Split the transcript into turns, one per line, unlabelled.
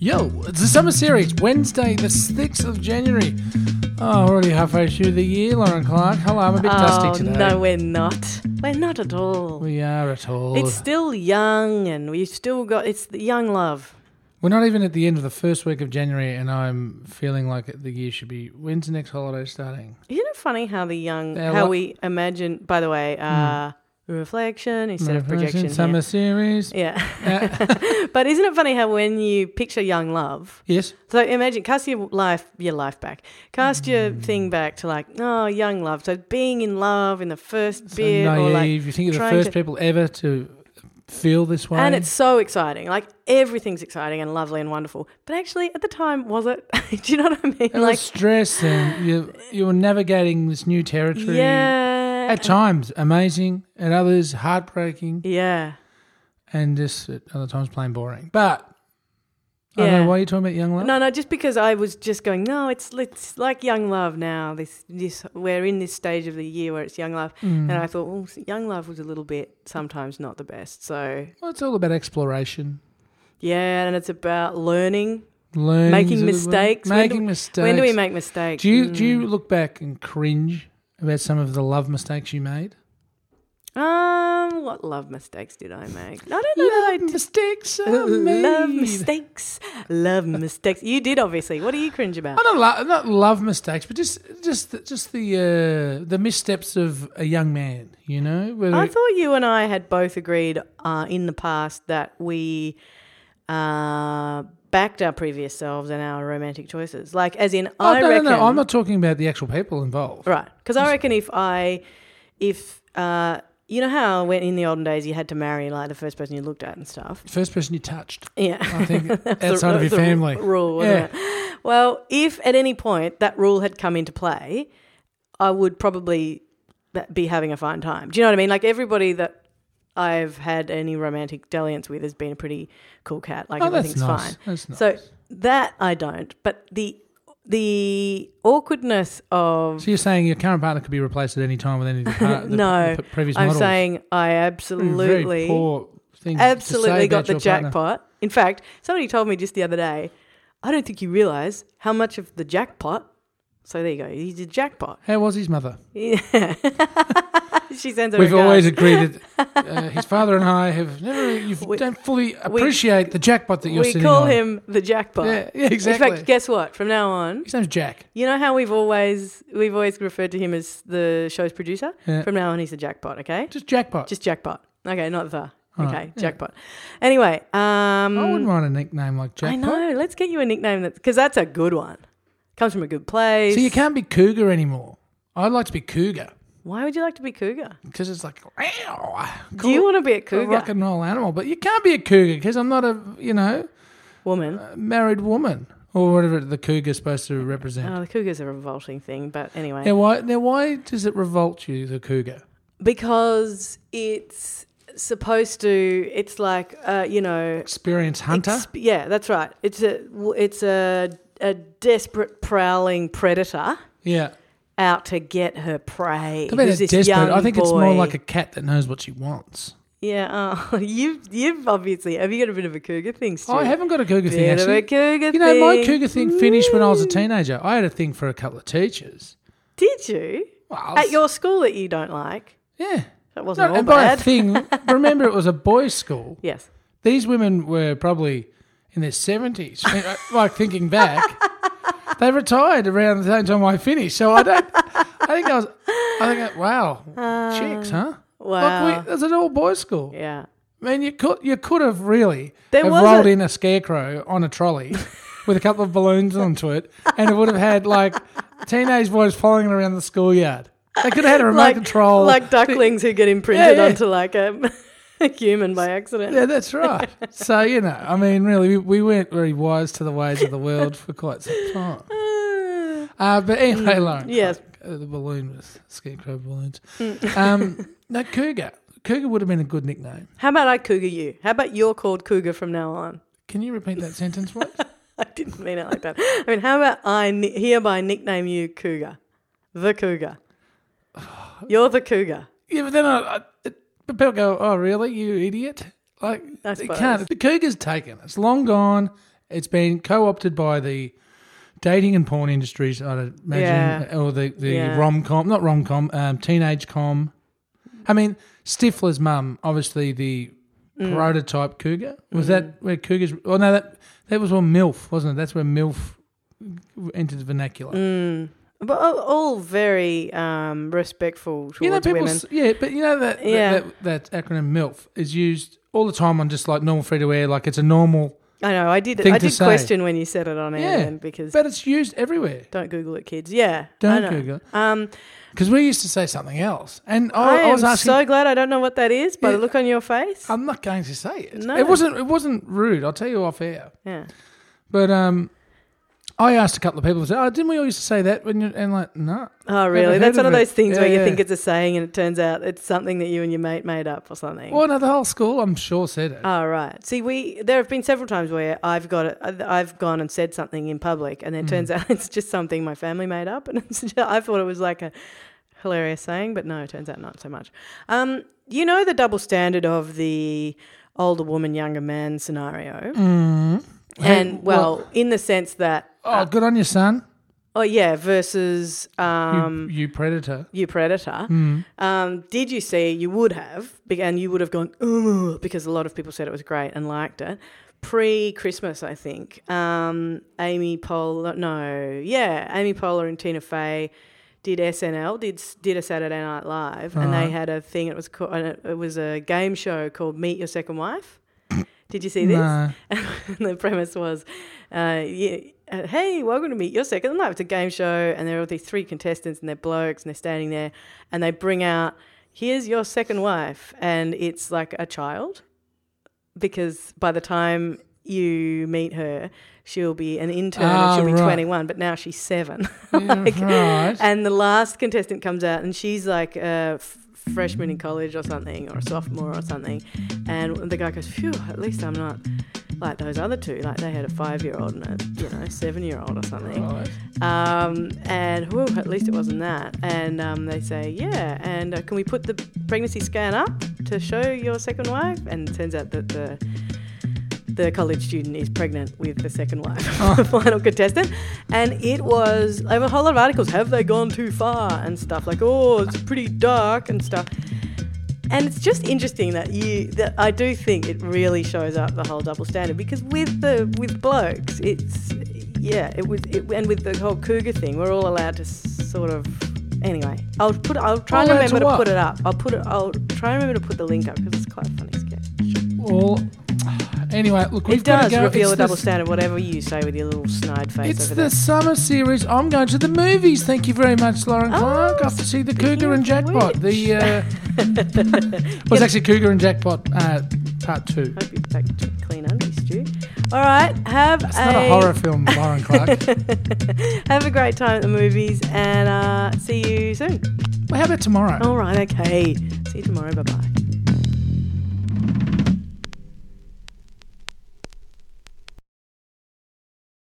Yo, it's the summer series, Wednesday, the 6th of January. Oh, we're already halfway through the year, Lauren Clark. Hello, I'm a bit
oh,
dusty today.
No, we're not. We're not at all.
We are at all.
It's still young and we've still got it's the young love.
We're not even at the end of the first week of January, and I'm feeling like the year should be. When's the next holiday starting?
Isn't it funny how the young
Yeah,
how
what-
we imagine by the way, uh reflection instead of projection.
Summer
here.
series.
Yeah. but isn't it funny how when you picture young love
Yes.
so imagine cast your life your life back. Cast your
Hmm.
thing back to like, oh, young love. So being in love in the first
So
bit or
naive.
like
you think you're the
trying
first
to-
people ever to feel this way?
And it's so exciting. Like everything's exciting and lovely and wonderful. But actually, at the time, was it? Do you know what I mean?
It
like,
was stress, and you you were navigating this new territory.
yeah.
At times, amazing. At others, heartbreaking.
yeah.
and just at other times plain boring. But I
Yeah.
don't know why you're talking about young love.
No, no, just because I was just going, no, it's it's like young love now. This this we're in this stage of the year where it's young love, and
Mm.
I thought, well, young love was a little bit sometimes not the best. So
Well, it's all about exploration,
yeah, and it's about learning,
learning,
making mistakes. When do-
making mistakes.
When do we make Mm. mistakes?
Do you do you look back and cringe about some of the love mistakes you made?
um, what love mistakes did I make? I don't know that I
Love mistakes are made.
Love mistakes. Love mistakes. You did obviously. What do you cringe about?
I don't lo- not love mistakes, but just just the- just the uh, the missteps of a young man. You know, whether
I thought you and I had both agreed uh, in the past that we uh, backed our previous selves and our romantic choices. Like, as in,
Oh,
I
no,
reckon.
no, no, I'm not talking about the actual people involved.
Right. Because I reckon if I, if, uh, you know how when in the olden days you had to marry like the first person you looked at and stuff?
First person you touched,
Yeah.
I think,
the-
outside of your
the ru-
family.
rule. wasn't
Yeah.
it? Well, if at any point that rule had come into play, I would probably that- be having a fine time. Do you know what I mean? Like everybody that I've had any romantic dalliance with has been a pretty cool cat. Like
Oh, that's
everything's
nice.
fine.
That's nice.
So that I don't. But the the awkwardness of
So you're saying your current partner could be replaced at any time with any of the, par- the,
no,
the p- previous
I'm
models.
saying I
Very
absolutely
poor thing to say
absolutely
about
got the
your partner.
jackpot. In fact, somebody told me just the other day, I don't think you realize how much of the jackpot. So there you go. He's a jackpot.
How was his mother?
Yeah. she sends her
We've
regards.
always agreed that uh, his father and I have never. You
We-
don't fully appreciate the jackpot that you're
we
sitting
call
on.
him the jackpot.
Yeah, yeah, exactly.
In fact, guess what? From now on,
His name's Jack.
you know how we've always we've always referred to him as the show's producer.
Yeah.
From now on, he's the jackpot. Okay,
Just jackpot.
just jackpot. Okay, not the.
Alright,
Okay,
yeah.
jackpot. Anyway, um,
I wouldn't want a nickname like
I
jackpot.
know. Let's get you a nickname that's because that's a good one. Comes from a good place.
So you can't be cougar anymore. I'd like to be cougar
Why would you like to be cougar?
because it's like, wow,
Do you want to be a cougar
rock and roll animal? But you can't be a cougar because I'm not a you know
woman?
Uh, married woman or whatever the cougar's supposed to represent.
Oh, the cougar's a revolting thing, but anyway,
Now, why? Now, why does it revolt you, the cougar?
because it's supposed to. It's like uh, you know,
Experience hunter.
exp- yeah, that's right. It's a w- it's a a desperate prowling predator
yeah,
out to get her prey.
I bet
Who's
it's
this
desperate.
young
I think it's more
boy.
like a cat that knows what she wants.
yeah. Oh, you you've obviously have you got a bit of a cougar thing? Stu?
Oh, I haven't got a cougar thing
Bit of a
actually.
cougar
You know, my
thing. Mm.
cougar thing finished when I was a teenager. I had a thing for a couple of teachers.
Did you?
Well, I
At
was-
your school that you don't like?
yeah.
That wasn't
No,
all
and by a
bad.
thing, remember it was a boys' school.
yes.
These women were probably in their seventies. uh, like thinking back, they retired around the same time I finished. So I don't. I think I was. I think I, wow, chicks, huh?
Uh, Wow.
Like we, it's an all boys school.
yeah.
I mean, you could you could have really
There
have
was
rolled
a-
in a scarecrow on a trolley with a couple of balloons onto it, and it would have had like teenage boys following it around the schoolyard. They could have had a remote
like
control.
like ducklings who get imprinted
Yeah, yeah.
onto like a, a human by accident.
yeah, that's right. So you know, I mean, really, we, we weren't very wise to the ways of the world for quite some time.
Ah.
Uh, but anyway, Lauren.
yes.
Clark, uh, the balloon was scarecrow balloons. um, no, cougar. Cougar would have been a good nickname.
How about I cougar you? How about you're called cougar from now on?
Can you repeat that sentence, please?
I didn't mean it like that. I mean, how about I ni- hereby nickname you cougar, the cougar. You're the cougar.
Yeah, but then I, I, it- but people go, "Oh, really? You idiot!" Like
I
it
suppose.
can't. The cougar's taken. It's long gone. It's been co opted by the dating and porn industries, I'd imagine,
Yeah.
or the, the
Yeah.
rom com, not rom com, um, teenage com. I mean, Stifler's mum, obviously the
Mm.
prototype cougar. Was that where cougars? Oh, no, that, that was when MILF, wasn't it? That's where MILF entered the vernacular.
Mm. But all, all very um, respectful towards
you know, people,
women.
s- yeah, but you know that,
Yeah.
that, that that acronym MILF is used all the time on just like normal free to air, like it's a normal,
I know. I did.
thing
I
to
did
say.
question when you said it on air
Yeah,
then because
but it's used everywhere.
don't Google it, kids. Yeah, I
Don't
know.
Google
Um,
because we used to say something else, and
I,
Oh, I, I,
am
was asking. Um,
so glad I don't know what that is by the
Yeah.
look on your face.
I'm not going to say it.
No.
It wasn't. It wasn't rude. I'll tell you off air.
yeah.
But um, I asked a couple of people. I said, "Oh, didn't we all used to say that?" When you and like, no,
Oh, really?
heard
That's one
of
of
it.
those things
Yeah,
where you
yeah.
think it's a saying and it turns out it's something that you and your mate made up or something.
well, no, the whole school, I'm sure, said it.
Oh, right. See, we there have been several times where I've got it, I've gone and said something in public, and then it
Mm.
turns out it's just something my family made up, and it's just, I thought it was like a hilarious saying, but no, it turns out not so much. Um, you know the double standard of the older woman, younger man scenario,
Mm.
and well, in the sense that
oh, good on you, son.
oh yeah, versus
You,
um,
you predator. Hmm.
you predator, um, did you see, you would have, be- and you would have gone, ooh, because a lot of people said it was great and liked it. Pre Christmas, I think, um, Amy Poehler, no, yeah, Amy Poehler and Tina Fey did SNL, did did a Saturday Night Live, and
Uh-huh.
they had a thing. It was called, it was a game show called Meet Your Second Wife. Did you see this?
No.
and the premise was, uh, yeah, uh, hey, welcome to meet your second life. It's a game show, and there are these three contestants, and they're blokes, and they're standing there, and they bring out, here's your second wife, and it's like a child, because by the time you meet her, she'll be an intern,
Ah,
and she'll be
right.
21, but now she's seven.
Yeah, right.
And the last contestant comes out, and she's like a f- freshman in college or something, or a sophomore or something. And the guy goes, "Phew, at least I'm not like those other two. Like they had a five-year-old and a you know seven-year-old or something.
Right.
Um, and whew, at least it wasn't that." And um, they say, "Yeah, and uh, can we put the pregnancy scan up to show your second wife?" And it turns out that the the college student is pregnant with the second wife, the final contestant. And it was, there were a whole lot of articles, have they gone too far and stuff, like, oh, it's pretty dark and stuff. And it's just interesting that you, that I do think it really shows up the whole double standard because with the, with blokes, it's, yeah, it was, it, and with the whole cougar thing, we're all allowed to sort of, anyway, I'll put, I'll try and
Allowed to
remember to,
what?
put it up. I'll put it, I'll try and remember to put the link up because it's quite a funny sketch.
Well, anyway, look, we've
It
got
does
to go.
reveal
It's
a double
the-
standard, whatever you say with your little snide face
It's
over
the summer series. I'm going to the movies. Thank you very much, Lauren
Oh,
Clark. Got to see the Cougar and
of
Jackpot. uh, The uh, it was actually Cougar and Jackpot uh, Part Two.
there. Hope you back to clean undies, Stu. All right, have
It's not a horror film, Lauren Clark.
have a great time at the movies, and uh, see you soon.
Well, how about tomorrow?
Oh, All right, okay. See you tomorrow. Bye bye.